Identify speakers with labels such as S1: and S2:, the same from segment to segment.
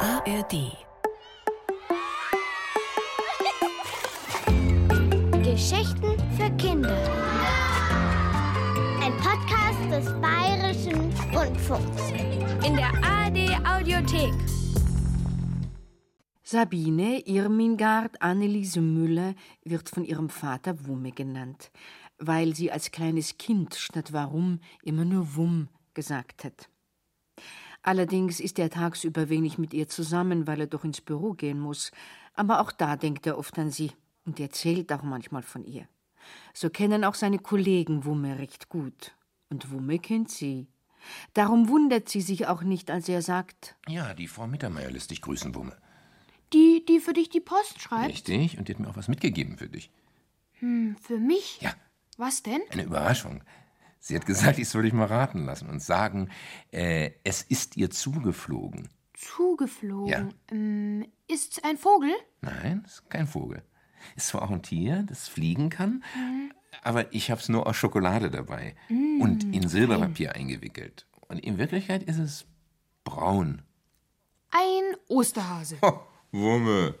S1: ARD.
S2: Geschichten für Kinder. Ein Podcast des Bayerischen Rundfunks.
S3: In der ARD Audiothek.
S1: Sabine Irmingard Anneliese Müller wird von ihrem Vater Wumme genannt, weil sie als kleines Kind statt Warum immer nur Wum gesagt hat. Allerdings ist er tagsüber wenig mit ihr zusammen, weil er doch ins Büro gehen muss. Aber auch da denkt er oft an sie und erzählt auch manchmal von ihr. So kennen auch seine Kollegen Wumme recht gut. Und Wumme kennt sie. Darum wundert sie sich auch nicht, als er sagt,
S4: Ja, die Frau Mittermeier lässt dich grüßen, Wumme.
S5: Die, die für dich die Post schreibt?
S4: Richtig, und die hat mir auch was mitgegeben für dich.
S5: Hm, für mich?
S4: Ja,
S5: Was denn?
S4: eine Überraschung. Sie hat gesagt, ich soll dich mal raten lassen und sagen, äh, es ist ihr zugeflogen.
S5: Zugeflogen.
S4: Ja.
S5: Ähm, ist's ein Vogel?
S4: Nein, ist kein Vogel. Ist zwar auch ein Tier, das fliegen kann, aber ich hab's nur aus Schokolade dabei und in Silberpapier eingewickelt. Und in Wirklichkeit ist es braun.
S5: Ein Osterhase.
S4: Ha, Wumme,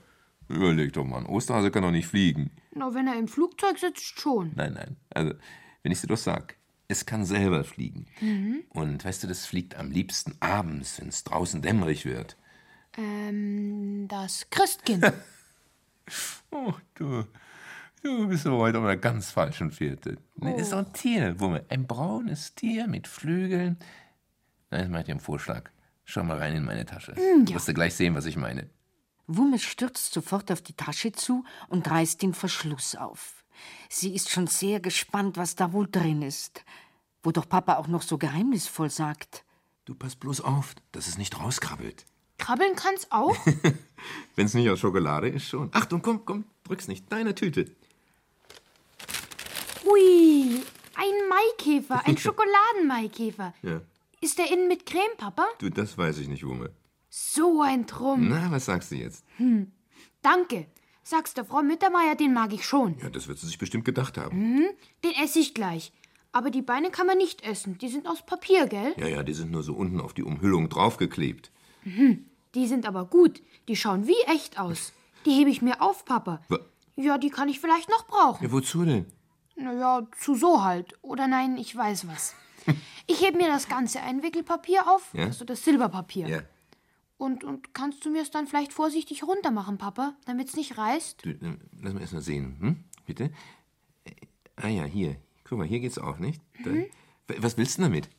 S4: überleg doch mal, ein Osterhase kann doch nicht fliegen.
S5: Na, wenn er im Flugzeug sitzt, schon.
S4: Nein, nein. Also, wenn ich dir das sag, es kann selber fliegen. Und weißt du, das fliegt am liebsten abends, wenn es draußen dämmerig wird.
S5: Ähm, das Christkind.
S4: Oh, du. Du bist aber heute auf einer ganz falschen Fährte. Ne, Ist doch ein Tier, Wumme. Ein braunes Tier mit Flügeln. Nein, ich mache dir einen Vorschlag. Schau mal rein in meine Tasche. Du wirst du gleich sehen, was ich meine.
S1: Wumme stürzt sofort auf die Tasche zu und reißt den Verschluss auf. Sie ist schon sehr gespannt, was da wohl drin ist. Wo doch Papa auch noch so geheimnisvoll sagt.
S4: Du passt bloß auf, dass es nicht rauskrabbelt.
S5: Krabbeln kann's auch?
S4: Wenn es nicht aus Schokolade ist, schon. Achtung, komm, komm, drück's nicht. Deine Tüte.
S5: Ui, ein Maikäfer, ein Schokoladen-Maikäfer.
S4: Ja.
S5: Ist der innen mit Creme, Papa?
S4: Du, das weiß ich nicht, Wumme.
S5: So ein Trumm.
S4: Na, was sagst du jetzt?
S5: Danke. Sag's der Frau Mittermeier, den mag ich schon.
S4: Ja, das wird sie sich bestimmt gedacht haben.
S5: Den esse ich gleich. Aber die Beine kann man nicht essen. Die sind aus Papier, gell?
S4: Ja, ja, die sind nur so unten auf die Umhüllung draufgeklebt.
S5: Die sind aber gut. Die schauen wie echt aus. Die hebe ich mir auf, Papa.
S4: Wa-
S5: Ja, die kann ich vielleicht noch brauchen.
S4: Ja, wozu denn?
S5: Naja, zu so halt. Oder nein, ich weiß was. Ich hebe mir das ganze Einwickelpapier auf,
S4: Ja?
S5: also das Silberpapier.
S4: Ja,
S5: Und, und kannst du mir es dann vielleicht vorsichtig runtermachen, Papa, damit es nicht reißt?
S4: du, äh, lass mal erst mal sehen, hm? Bitte? Äh, Ah ja, hier. Guck mal, hier geht's auch, nicht? Da. W- Was willst du denn damit?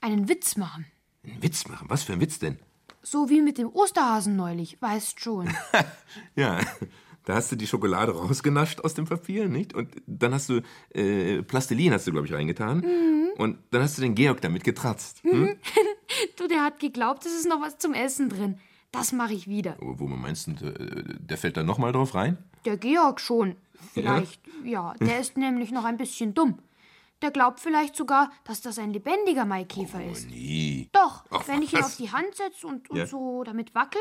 S5: Einen Witz machen.
S4: Einen Witz machen? Was für ein Witz denn?
S5: So wie mit dem Osterhasen neulich, weißt schon.
S4: Ja, da hast du die Schokolade rausgenascht aus dem Papier, nicht? Und dann hast du äh, Plastilin, hast du, glaube ich, reingetan. Und dann hast du den Georg damit getratzt. Hm?
S5: du, der hat geglaubt, es ist noch was zum Essen drin. Das mache ich wieder.
S4: Aber Wo man meinst, du, äh, der fällt da nochmal drauf rein?
S5: Der Georg schon. Vielleicht, ja. Der ist nämlich noch ein bisschen dumm. Der glaubt vielleicht sogar, dass das ein lebendiger Maikäfer ist.
S4: Nee.
S5: Doch,
S4: Ach,
S5: wenn ich ihn
S4: was?
S5: auf die Hand setze und, und
S4: Ja.
S5: so damit wackel,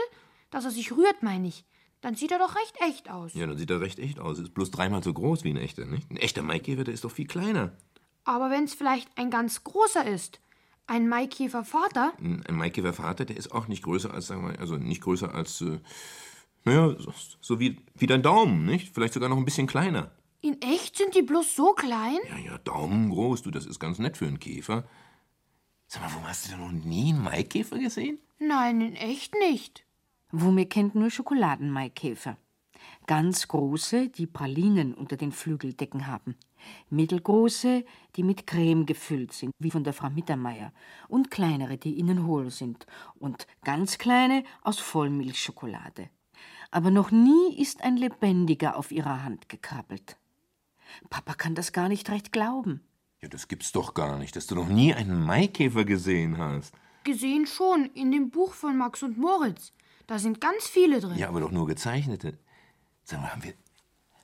S5: dass er sich rührt, meine ich, dann sieht er doch recht echt aus.
S4: Ja, dann sieht er recht echt aus. Ist bloß dreimal so groß wie ein echter, nicht? Ein echter Maikäfer, der ist doch viel kleiner.
S5: Aber wenn es vielleicht ein ganz großer ist, ein Maikäfervater,
S4: Ein ein Maikäfervater, der ist auch nicht größer als, sagen wir mal, also nicht größer als, äh, naja, so, so wie, wie dein Daumen, nicht? Vielleicht sogar noch ein bisschen kleiner.
S5: in echt sind die bloß so klein?
S4: Ja, ja, Daumen groß, du, das ist ganz nett für einen Käfer. Sag mal, wo hast du denn noch nie einen Maikäfer gesehen?
S5: Nein, in echt nicht.
S1: Wumme kennt nur Schokoladenmaikäfer. Ganz große, die Pralinen unter den Flügeldecken haben. Mittelgroße, die mit Creme gefüllt sind, wie von der Frau Mittermeier. Und kleinere, die innen hohl sind. Und ganz kleine aus Vollmilchschokolade. Aber noch nie ist ein Lebendiger auf ihrer Hand gekrabbelt. Papa kann das gar nicht recht glauben.
S4: Ja, das gibt's doch gar nicht, dass du noch nie einen Maikäfer gesehen hast.
S5: Gesehen schon in dem Buch von Max und Moritz. Da sind ganz viele drin.
S4: Ja, aber doch nur gezeichnete. Sag mal, haben wir,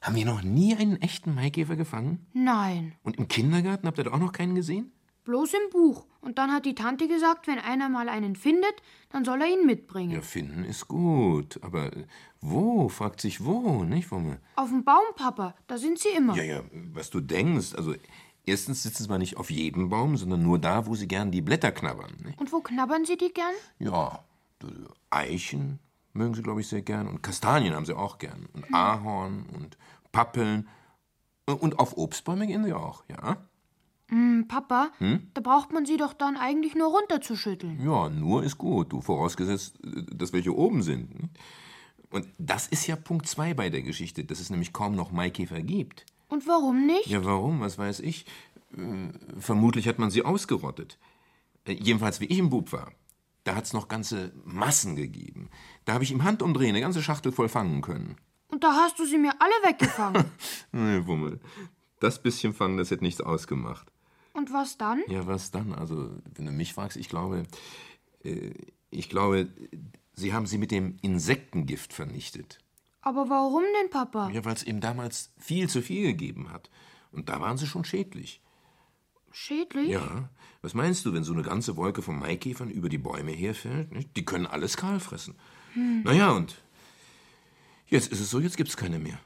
S4: haben wir noch nie einen echten Maikäfer gefangen?
S5: Nein,
S4: Und im Kindergarten habt ihr da auch noch keinen gesehen?
S5: bloß im Buch. Und dann hat die Tante gesagt, wenn einer mal einen findet, dann soll er ihn mitbringen.
S4: Ja, finden ist gut, aber äh, wo? Fragt sich wo, nicht, Wumme?
S5: Auf dem Baum, Papa, da sind sie immer.
S4: Ja, ja, was du denkst, also erstens sitzen sie mal nicht auf jedem Baum, sondern nur da, wo sie gern die Blätter knabbern. Nicht?
S5: Und wo knabbern sie die gern?
S4: Ja, du- Eichen, Mögen sie, glaube ich, sehr gern. Und Kastanien haben sie auch gern. Und Ahorn und Pappeln. Und auf Obstbäume gehen sie auch, ja?
S5: Hm, Papa, da braucht man sie doch dann eigentlich nur runterzuschütteln.
S4: Ja, nur ist gut, du, vorausgesetzt, äh, dass welche oben sind. ne? Und das ist ja Punkt 2 bei der Geschichte, dass es nämlich kaum noch Maikäfer gibt.
S5: Und warum nicht?
S4: Ja, warum? Was weiß ich? Äh, Vermutlich hat man sie ausgerottet. Äh, Jedenfalls, wie ich im Bub war. Da hat's noch ganze Massen gegeben. Da habe ich im Handumdrehen eine ganze Schachtel voll fangen können.
S5: Und da hast du sie mir alle weggefangen.
S4: Nee, Wummel. Das bisschen fangen, das hätte nichts ausgemacht.
S5: Und was dann?
S4: Ja, was dann? Also, wenn du mich fragst, ich glaube, äh, ich glaube, sie haben sie mit dem Insektengift vernichtet.
S5: Aber warum denn, Papa?
S4: Ja, weil es eben damals viel zu viel gegeben hat. Und da waren sie schon schädlich.
S5: Schädlich?
S4: Ja. Was meinst du, wenn so eine ganze Wolke von Maikäfern über die Bäume herfällt? Nicht? Die können alles kahl fressen. Naja, und jetzt ist es so, jetzt gibt's keine mehr.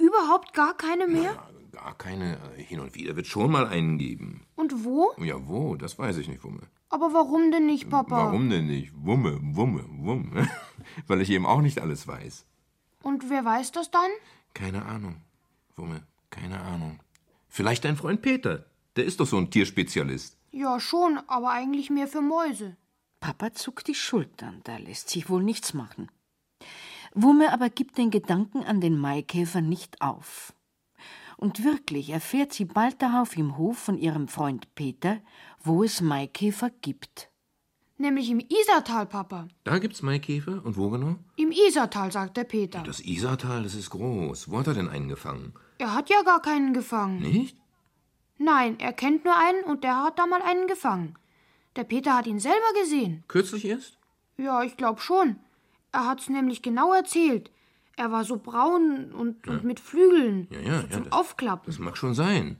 S4: Also
S5: Überhaupt gar keine mehr?
S4: Gar keine. äh, Hin und wieder wird schon mal einen geben.
S5: Und wo?
S4: Ja, wo? Das weiß ich nicht, Wumme.
S5: Aber warum denn nicht, Papa?
S4: Hm, Warum denn nicht? Wumme, Wumme, Wumme. Weil ich eben auch nicht alles weiß.
S5: Und wer weiß das dann?
S4: Keine Ahnung. Wumme, keine Ahnung. Vielleicht dein Freund Peter. Der ist doch so ein Tierspezialist.
S5: Ja, schon, aber eigentlich mehr für Mäuse.
S1: Papa zuckt die Schultern, da lässt sich wohl nichts machen. Wumme aber gibt den Gedanken an den Maikäfer nicht auf. Und wirklich erfährt sie bald darauf im Hof von ihrem Freund Peter, wo es Maikäfer gibt.
S5: Nämlich im Isartal, Papa.
S4: Da gibt's Maikäfer. Und wo genau?
S5: Im Isartal, sagt der Peter.
S4: Das Isartal, das ist groß. Wo hat er denn einen gefangen?
S5: Er hat ja gar keinen gefangen.
S4: Nicht?
S5: Nein, er kennt nur einen und der hat da mal einen gefangen. Der Peter hat ihn selber gesehen.
S4: Kürzlich erst?
S5: Ja, ich glaub schon. Er hat's nämlich genau erzählt. Er war so braun und, und mit Flügeln.
S4: Ja, ja,
S5: so
S4: ja,
S5: zum
S4: das-
S5: Aufklappen.
S4: Das mag schon sein.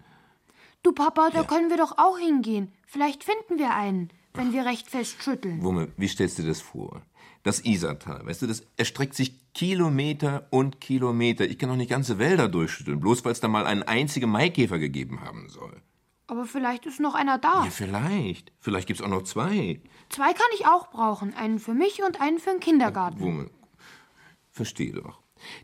S5: Du, Papa, da können wir doch auch hingehen. Vielleicht finden wir einen, wenn wir recht fest schütteln.
S4: Wumme, wie stellst du dir das vor? Das Isartal, weißt du, das erstreckt sich Kilometer und Kilometer. Ich kann doch nicht ganze Wälder durchschütteln, bloß weil es da mal einen einzigen Maikäfer gegeben haben soll.
S5: Aber vielleicht ist noch einer da.
S4: Ja, vielleicht. Vielleicht gibt's auch noch zwei.
S5: Zwei kann ich auch brauchen. Einen für mich und einen für den Kindergarten.
S4: Wumme, verstehe doch.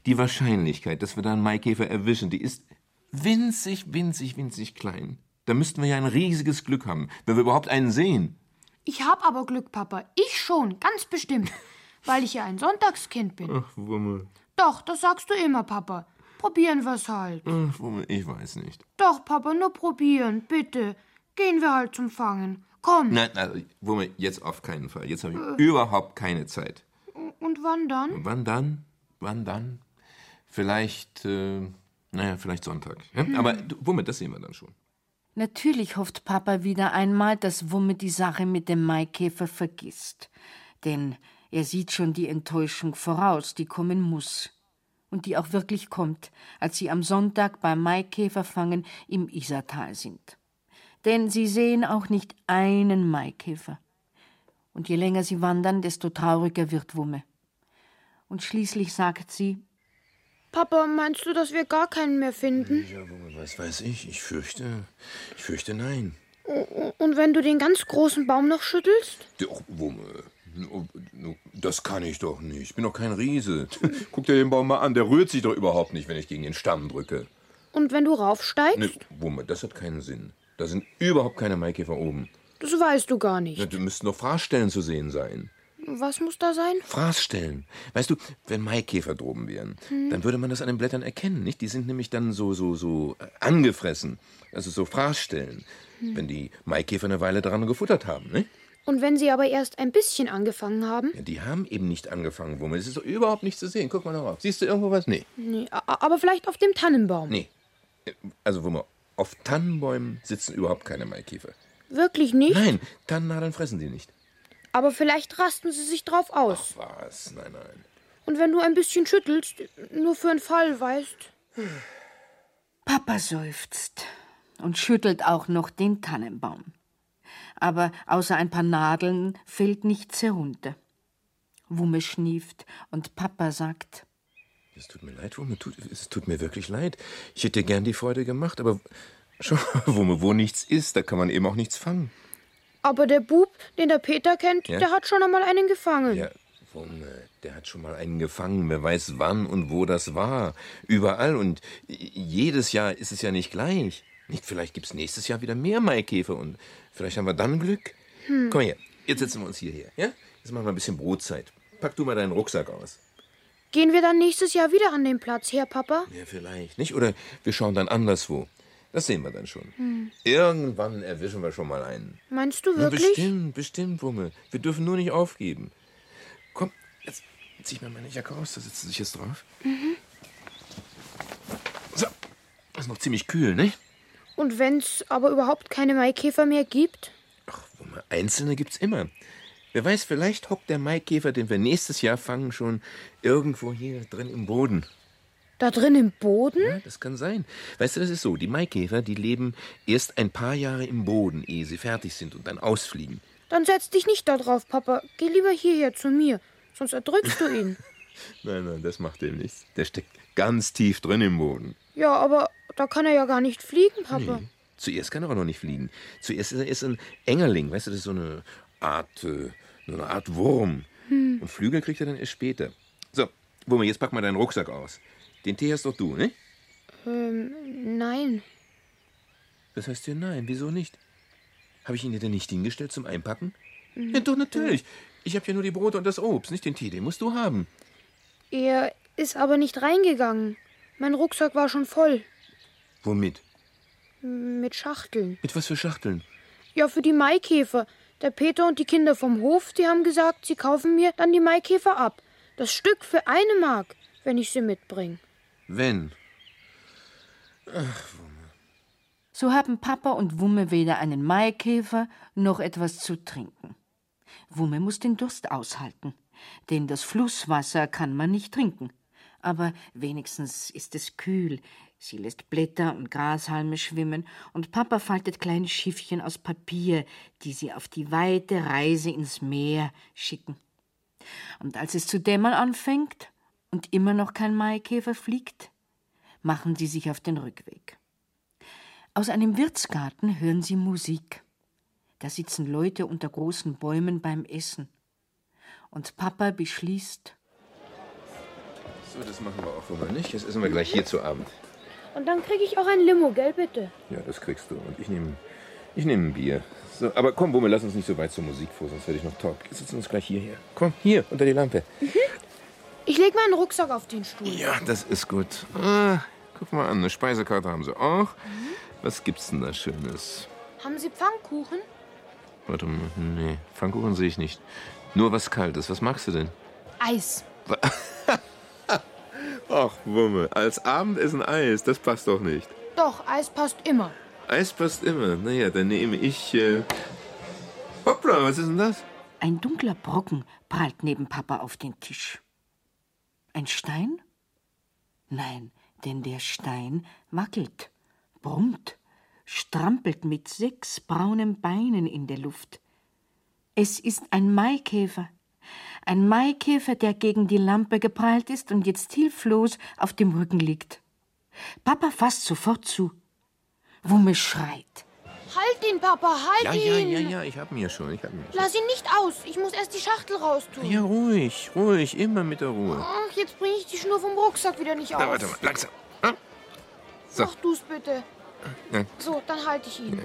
S4: Die Wahrscheinlichkeit, dass wir da einen Maikäfer erwischen, die ist winzig, winzig, winzig klein. Da müssten wir ja ein riesiges Glück haben, wenn wir überhaupt einen sehen.
S5: Ich hab aber Glück, Papa. Ich schon, ganz bestimmt. Weil ich ja ein Sonntagskind bin.
S4: Ach, Wumme.
S5: Doch, das sagst du immer, Papa. Probieren wir's halt.
S4: Ach, Wumme, ich weiß nicht.
S5: Doch, Papa, nur probieren, bitte. Gehen wir halt zum Fangen. Komm.
S4: Nein, also, Wumme, jetzt auf keinen Fall. Jetzt habe ich überhaupt keine Zeit.
S5: Und wann dann?
S4: Wann dann? Wann dann? Vielleicht, äh, naja, vielleicht Sonntag. Ja? Aber du, Wumme, das sehen wir dann schon.
S1: Natürlich hofft Papa wieder einmal, dass Wumme die Sache mit dem Maikäfer vergisst. Denn er sieht schon die Enttäuschung voraus, die kommen muss. Und die auch wirklich kommt, als sie am Sonntag beim Maikäferfangen im Isartal sind. Denn sie sehen auch nicht einen Maikäfer. Und je länger sie wandern, desto trauriger wird Wumme. Und schließlich sagt sie,
S5: Papa, meinst du, dass wir gar keinen mehr finden?
S4: Ja, Wumme, was weiß ich? Ich fürchte, ich fürchte nein.
S5: Und wenn du den ganz großen Baum noch schüttelst?
S4: Doch, Wumme. äh, Das kann ich doch nicht. Ich bin doch kein Riese. Guck dir den Baum mal an. Der rührt sich doch überhaupt nicht, wenn ich gegen den Stamm drücke.
S5: Und wenn du raufsteigst?
S4: Ne, Wumme, das hat keinen Sinn. Da sind überhaupt keine Maikäfer oben.
S5: Das weißt du gar
S4: Da
S5: nicht.
S4: müssten doch Fraßstellen zu sehen sein.
S5: Was muss da sein?
S4: Fraßstellen. Weißt du, wenn Maikäfer droben wären, dann würde man das an den Blättern erkennen, nicht? Die sind nämlich dann so, so, so äh, angefressen. Also so Fraßstellen. Wenn die Maikäfer eine Weile daran gefuttert haben, ne?
S5: Und wenn sie aber erst ein bisschen angefangen haben?
S4: Ja, die haben eben nicht angefangen, Wumme. Das ist doch überhaupt nicht zu sehen. Guck mal darauf. Siehst du irgendwo was? Nee.
S5: Nee, a- aber vielleicht auf dem Tannenbaum.
S4: Nee. Äh, Also, Wumme, auf Tannenbäumen sitzen überhaupt keine Maikäfer.
S5: Wirklich nicht?
S4: Nein, Tannennadeln fressen die nicht.
S5: Aber vielleicht rasten sie sich drauf aus.
S4: Was? Nein, nein.
S5: Und wenn du ein bisschen schüttelst, nur für einen Fall, weißt?
S1: Papa seufzt und schüttelt auch noch den Tannenbaum. Aber außer ein paar Nadeln fällt nichts herunter. Wumme schnieft und Papa sagt,
S4: Es tut mir leid, Wumme. Tut, es tut mir wirklich leid. Ich hätte dir gern die Freude gemacht, aber schau, Wumme, wo nichts ist, da kann man eben auch nichts fangen.
S5: Aber der Bub, den der Peter kennt,
S4: Ja?
S5: der hat schon einmal einen gefangen.
S4: Ja, Wumme, Der hat schon mal einen gefangen, wer weiß wann und wo das war. Überall und jedes Jahr ist es ja nicht gleich. Nicht, vielleicht gibt's nächstes Jahr wieder mehr Maikäfer und vielleicht haben wir dann Glück. Komm her, jetzt setzen wir uns hierher, ja? Jetzt machen wir ein bisschen Brotzeit. Pack du mal deinen Rucksack aus.
S5: Gehen wir dann nächstes Jahr wieder an den Platz her, Papa?
S4: Ja, vielleicht, nicht? Oder wir schauen dann anderswo. Das sehen wir dann schon. Irgendwann erwischen wir schon mal einen.
S5: Meinst du
S4: Na,
S5: wirklich?
S4: bestimmt, bestimmt, Wumme. Wir dürfen nur nicht aufgeben. Komm, jetzt zieh ich mir meine Jacke aus, da setzt du dich jetzt drauf. Mhm. So, ist noch ziemlich kühl, ne? nicht?
S5: Und wenn's aber überhaupt keine Maikäfer mehr gibt?
S4: Ach, Wumme, Einzelne gibt's immer. Wer weiß, vielleicht hockt der Maikäfer, den wir nächstes Jahr fangen, schon irgendwo hier drin im Boden.
S5: Da drin im Boden?
S4: Ja, das kann sein. Weißt du, das ist so. Die Maikäfer, die leben erst ein paar Jahre im Boden, ehe sie fertig sind und dann ausfliegen.
S5: Dann setz dich nicht da drauf, Papa. Geh lieber hierher zu mir, sonst erdrückst du ihn.
S4: Nein, nein, das macht dem nichts. Der steckt ganz tief drin im Boden.
S5: Ja, aber da kann er ja gar nicht fliegen, Papa.
S4: Zuerst kann er auch noch nicht fliegen. Zuerst ist er erst ein Engerling, weißt du, das ist so eine Art, äh, so eine Art Wurm. Und Flügel kriegt er dann erst später. So, Wumme, jetzt pack mal deinen Rucksack aus. Den Tee hast doch du, ne?
S5: Nein.
S4: Das heißt ja nein, wieso nicht? Habe ich ihn dir denn nicht hingestellt zum Einpacken? Ja, doch, natürlich. Ich habe ja nur die Brote und das Obst, nicht den Tee, den musst du haben.
S5: Er ist aber nicht reingegangen. Mein Rucksack war schon voll.
S4: Womit?
S5: Mit Schachteln.
S4: Mit was für Schachteln?
S5: Ja, für die Maikäfer. Der Peter und die Kinder vom Hof, die haben gesagt, sie kaufen mir dann die Maikäfer ab. Das Stück für eine Mark, wenn ich sie mitbringe.
S4: Wenn.
S1: So haben Papa und Wumme weder einen Maikäfer noch etwas zu trinken. Wumme muss den Durst aushalten, denn das Flusswasser kann man nicht trinken. Aber wenigstens ist es kühl. Sie lässt Blätter und Grashalme schwimmen und Papa faltet kleine Schiffchen aus Papier, die sie auf die weite Reise ins Meer schicken. Und als es zu dämmern anfängt und immer noch kein Maikäfer fliegt, machen sie sich auf den Rückweg. Aus einem Wirtsgarten hören sie Musik. Da sitzen Leute unter großen Bäumen beim Essen. Und Papa beschließt,
S4: So, das machen wir auch immer nicht. Jetzt essen wir gleich hier zu Abend.
S5: Und dann krieg ich auch ein Limo, gell, bitte?
S4: Ja, das kriegst du. Und ich nehme ich nehm ein Bier. So, aber komm, Wumme, lass uns nicht so weit zur Musik vor, sonst werde ich noch taub. Jetzt setzen wir uns gleich hierher. Komm, hier, unter die Lampe.
S5: Ich leg meinen Rucksack auf den Stuhl.
S4: Ja, das ist gut. Ah, guck mal an, eine Speisekarte haben sie auch. Was gibt's denn da Schönes?
S5: Haben Sie Pfannkuchen?
S4: Warte mal, nee, Pfannkuchen sehe ich nicht. Nur was Kaltes. Was magst du denn?
S5: Eis.
S4: Ach, Wumme, als Abendessen Eis, das passt doch nicht.
S5: Doch, Eis passt immer.
S4: Eis passt immer. Naja, dann nehme ich. Äh... Hoppla, was ist denn das?
S1: ein dunkler Brocken prallt neben Papa auf den Tisch. Ein Stein? Nein, denn der Stein wackelt, brummt, strampelt mit sechs braunen Beinen in der Luft. Es ist ein Maikäfer. Ein Maikäfer, der gegen die Lampe geprallt ist und jetzt hilflos auf dem Rücken liegt. Papa fasst sofort zu. Wumme schreit.
S5: Halt ihn, Papa, halt
S4: Ja, ja,
S5: ihn!
S4: ja, ja, ich hab ihn ja schon. Ich hab ihn ja, schon.
S5: Lass ihn nicht aus. Ich muss erst die Schachtel raustun.
S4: ja, ruhig, ruhig, immer mit der Ruhe.
S5: Ach, jetzt bringe ich die Schnur vom Rucksack wieder nicht aus.
S4: Na, warte mal, langsam. Ah, so.
S5: Mach du's bitte. So, dann halte ich ihn.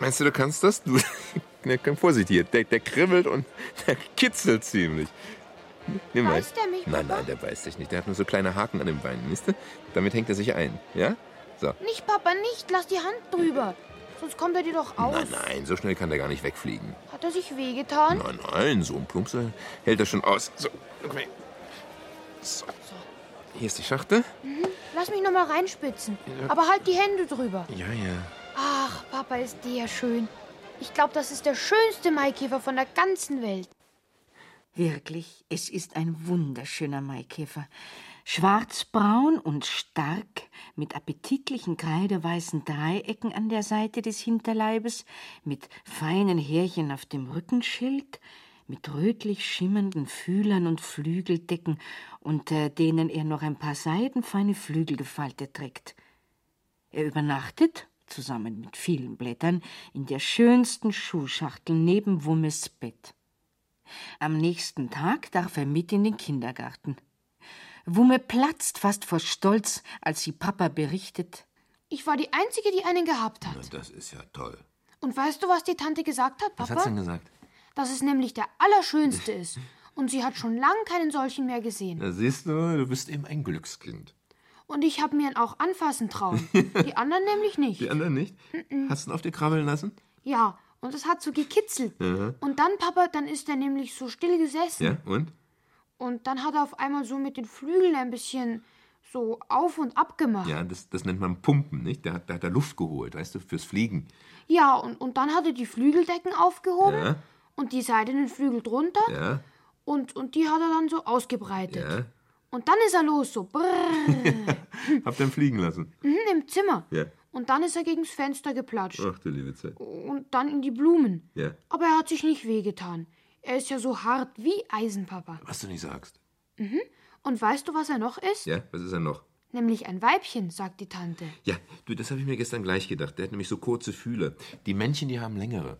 S4: Meinst du, du kannst das? Du, ne, komm, Vorsicht hier. Der, der kribbelt und der kitzelt ziemlich. Nimm mal.
S5: Beißt der mich,
S4: Nein,
S5: Papa?
S4: nein, der beißt dich nicht. Der hat nur so kleine Haken an den Beinen, siehst du? Damit hängt er sich ein, ja? So.
S5: Nicht, Papa, nicht. Lass die Hand drüber. Sonst kommt er dir doch aus.
S4: Nein, nein, so schnell kann der gar nicht wegfliegen.
S5: Hat er sich wehgetan?
S4: Nein, nein, so ein Plumpse hält er schon aus. So, komm her. So. Hier ist die Schachtel.
S5: Lass mich noch mal reinspitzen. Aber halt die Hände drüber.
S4: Ja, ja.
S5: Ach, Papa, ist der schön. Ich glaube, das ist der schönste Maikäfer von der ganzen Welt.
S1: Wirklich, es ist ein wunderschöner Maikäfer. Schwarzbraun und stark, mit appetitlichen kreideweißen Dreiecken an der Seite des Hinterleibes, mit feinen Härchen auf dem Rückenschild, mit rötlich schimmernden Fühlern und Flügeldecken, unter denen er noch ein paar seidenfeine Flügel gefaltet trägt. Er übernachtet, zusammen mit vielen Blättern, in der schönsten Schuhschachtel neben Wummes Bett. Am nächsten Tag darf er mit in den Kindergarten. Wumme platzt fast vor Stolz, als sie Papa berichtet.
S5: Ich war die Einzige, die einen gehabt hat.
S4: Das ist ja toll.
S5: Und weißt du, was die Tante gesagt hat,
S4: Was hat sie
S5: Papa?
S4: denn gesagt?
S5: Dass es nämlich der allerschönste ist. Und sie hat schon lange keinen solchen mehr gesehen.
S4: Da siehst du, du bist eben ein Glückskind.
S5: Und ich habe mir ihn auch anfassen trauen. Die anderen nämlich nicht.
S4: Die anderen nicht? Hast du ihn auf dir krabbeln lassen?
S5: Ja, und es hat so gekitzelt. Und dann, Papa, dann ist er nämlich so still gesessen.
S4: Ja, und?
S5: Und dann hat er auf einmal so mit den Flügeln ein bisschen so auf und ab gemacht.
S4: Ja, das, das nennt man Pumpen, nicht? Da, hat- da hat er Luft geholt, weißt du, fürs Fliegen.
S5: Ja, und, und dann hat er die Flügeldecken aufgehoben
S4: Ja.
S5: und die seidenen Flügel drunter
S4: Ja,
S5: und, und die hat er dann so ausgebreitet.
S4: Ja.
S5: Und dann ist er los, so brrr,
S4: hab dann fliegen lassen.
S5: hinten im Zimmer.
S4: Ja.
S5: Und dann ist er gegens Fenster geplatscht
S4: Ach du liebe Zeit.
S5: und dann in die Blumen.
S4: Ja.
S5: Aber er hat sich nicht wehgetan. Er ist ja so hart wie Eisenpapa.
S4: Was du nicht sagst.
S5: Und weißt du, was er noch ist?
S4: Ja, was ist er noch?
S5: Nämlich ein Weibchen, sagt die Tante.
S4: Ja, du, das habe ich mir gestern gleich gedacht. Der hat nämlich so kurze Fühler. Die Männchen, die haben längere.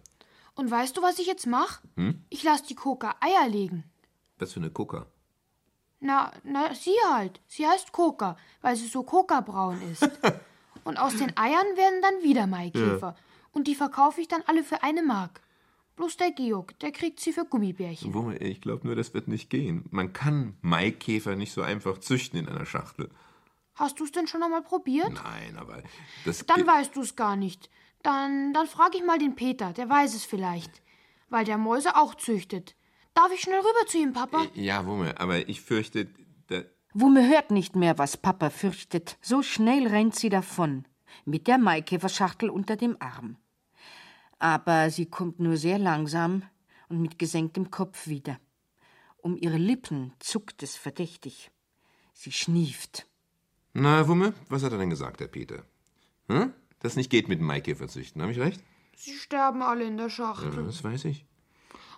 S5: Und weißt du, was ich jetzt mache? Ich lasse die Coca Eier legen.
S4: Was für eine Gucker.
S5: Na, na, sie halt. Sie heißt Coca, weil sie so coca-braun ist. Und aus den Eiern werden dann wieder Maikäfer. Und die verkaufe ich dann alle für eine Mark. Bloß der Georg, der kriegt sie für Gummibärchen.
S4: Wumme, ey, ich glaube nur, das wird nicht gehen. Man kann Maikäfer nicht so einfach züchten in einer Schachtel.
S5: Hast du's denn schon einmal probiert?
S4: Nein, aber das
S5: Dann
S4: geht-
S5: weißt du's gar nicht. Dann, dann frage ich mal den Peter, der weiß es vielleicht. Weil der Mäuse auch züchtet. Darf ich schnell rüber zu ihm, Papa?
S4: Ja, Wumme, aber ich fürchte, da,
S1: Wumme hört nicht mehr, was Papa fürchtet. So schnell rennt sie davon, mit der Maikäferschachtel unter dem Arm. Aber sie kommt nur sehr langsam und mit gesenktem Kopf wieder. Um ihre Lippen zuckt es verdächtig. Sie schnieft.
S4: Na, Wumme, was hat er denn gesagt, der Peter? Hm? Das nicht geht mit Maikäfer züchten, habe ich recht?
S5: Sie sterben alle in der Schachtel.
S4: Ja, das weiß ich.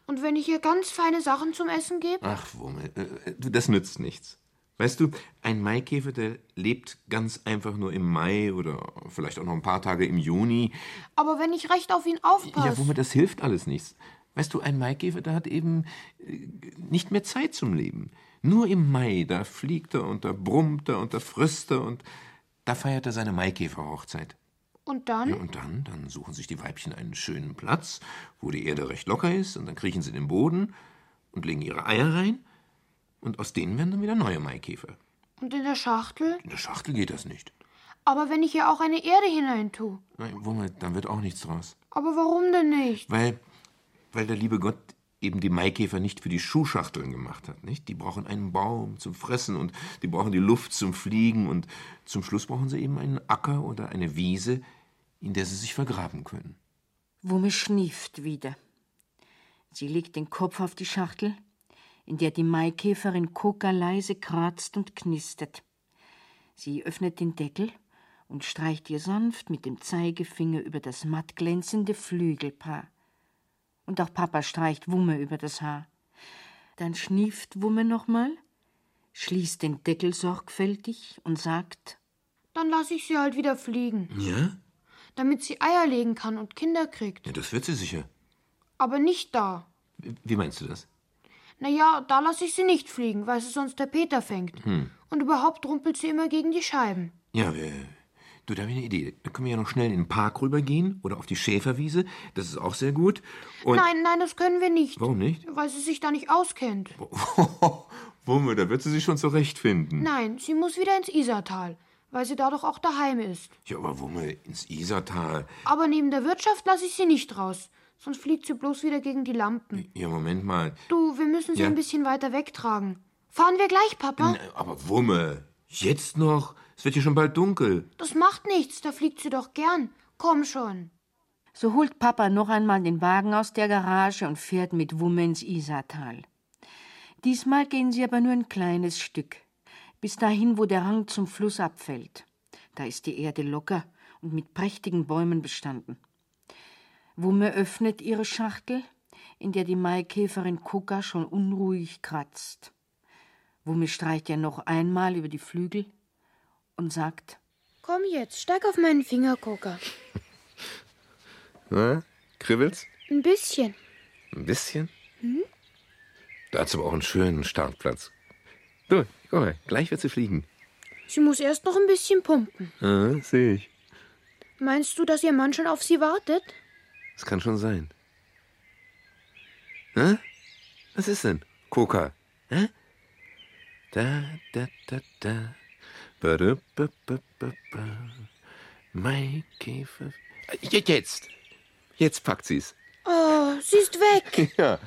S5: Und wenn ich ihr ganz feine Sachen zum Essen gebe?
S4: Ach, Wumme, äh, du, das nützt nichts. Weißt du, ein Maikäfer, der lebt ganz einfach nur im Mai oder vielleicht auch noch ein paar Tage im Juni.
S5: Aber wenn ich recht auf ihn aufpasse.
S4: Ja, Wumme, das hilft alles nichts. Weißt du, ein Maikäfer, der hat eben äh, nicht mehr Zeit zum Leben. Nur im Mai, da fliegt er und da brummt er und da frisst er und da feiert er seine Maikäferhochzeit.
S5: Und dann?
S4: Ja, und dann, dann suchen sich die Weibchen einen schönen Platz, wo die Erde recht locker ist, und dann kriechen sie in den Boden und legen ihre Eier rein, und aus denen werden dann wieder neue Maikäfer.
S5: Und in der Schachtel?
S4: In der Schachtel geht das nicht.
S5: Aber wenn ich ihr auch eine Erde hinein tue.
S4: Nein, Wumme, dann wird auch nichts draus.
S5: Aber warum denn nicht?
S4: Weil, weil der liebe Gott eben die Maikäfer nicht für die Schuhschachteln gemacht hat, nicht? Die brauchen einen Baum zum Fressen und die brauchen die Luft zum Fliegen und zum Schluss brauchen sie eben einen Acker oder eine Wiese, in der sie sich vergraben können.
S1: Wumme schnieft wieder. Sie legt den Kopf auf die Schachtel, in der die Maikäferin Koka leise kratzt und knistert. Sie öffnet den Deckel und streicht ihr sanft mit dem Zeigefinger über das matt glänzende Flügelpaar. Und auch Papa streicht Wumme über das Haar. Dann schnieft Wumme nochmal, schließt den Deckel sorgfältig und sagt
S5: Dann lasse ich sie halt wieder fliegen,
S4: Ja?
S5: damit sie Eier legen kann und Kinder kriegt.
S4: Ja, das wird sie sicher.
S5: Aber nicht da.
S4: Wie wie meinst du das?
S5: Naja, da lasse ich sie nicht fliegen, weil sie sonst der Peter fängt.
S4: Hm.
S5: Und überhaupt rumpelt sie immer gegen die Scheiben.
S4: Ja, wir. Du, da habe ich eine Idee. Da können wir ja noch schnell in den Park rübergehen oder auf die Schäferwiese. Das ist auch sehr gut. Und
S5: nein, nein, das können wir nicht.
S4: Warum nicht?
S5: Weil sie sich da nicht auskennt.
S4: Wumme, da wird sie sich schon zurechtfinden.
S5: Nein, sie muss wieder ins Isartal, weil sie da doch auch daheim ist.
S4: Ja, aber Wumme, ins Isartal.
S5: Aber neben der Wirtschaft lasse ich sie nicht raus. Sonst fliegt sie bloß wieder gegen die Lampen.
S4: Ja, Moment mal.
S5: Du, wir müssen sie
S4: Ja?
S5: ein bisschen weiter wegtragen. Fahren wir gleich, Papa?
S4: Na, Aber Wumme, jetzt noch? Es wird ja schon bald dunkel.
S5: Das macht nichts, da fliegt sie doch gern. Komm schon.
S1: So holt Papa noch einmal den Wagen aus der Garage und fährt mit Wumme ins Isartal. Diesmal gehen sie aber nur ein kleines Stück, bis dahin, wo der Hang zum Fluss abfällt. Da ist die Erde locker und mit prächtigen Bäumen bestanden. Wumme öffnet ihre Schachtel, in der die Maikäferin Koka schon unruhig kratzt. Wumme streicht ihr noch einmal über die Flügel und sagt,
S5: Komm jetzt, steig auf meinen Fingergucker.
S4: Na, kribbelt's?
S5: Ein bisschen. Hm?
S4: Ein bisschen? Dazu aber auch einen schönen Startplatz. Du, guck mal, gleich wird sie fliegen.
S5: Sie muss erst noch ein bisschen pumpen.
S4: Ah, sehe ich.
S5: Meinst du, dass ihr Mann schon auf sie wartet?
S4: Das kann schon sein. Hä? Was ist denn? Coca. Hä? Da, da, da, da. Bada, ba, ba, ba, ba. Mein Käfer. Je- Jetzt! Jetzt packt sie's.
S5: Oh, sie ist weg.
S4: Ja.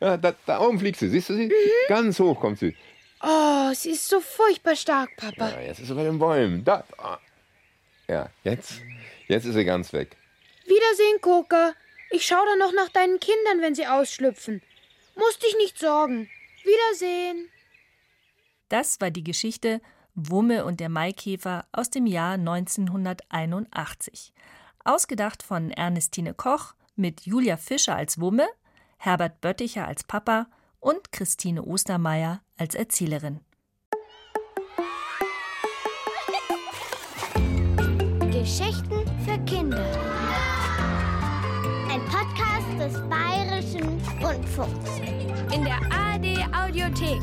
S4: ja da, da oben fliegt sie, siehst du sie? Ganz hoch kommt sie.
S5: Oh, sie ist so furchtbar stark, Papa.
S4: Ah, jetzt ist sie bei den Bäumen. Da. ah. Ja, jetzt. Jetzt ist sie ganz weg.
S5: Wiedersehen, Koka. Ich schaue dann noch nach deinen Kindern, wenn sie ausschlüpfen. Musst dich nicht sorgen. Wiedersehen.
S6: Das war die Geschichte Wumme und der Maikäfer aus dem Jahr 1981. Ausgedacht von Ernestine Koch mit Julia Fischer als Wumme, Herbert Bötticher als Papa und Christine Ostermeier als Erzählerin.
S2: Geschichten für Kinder. Ein Podcast des Bayerischen Rundfunks.
S3: In der AD Audiothek.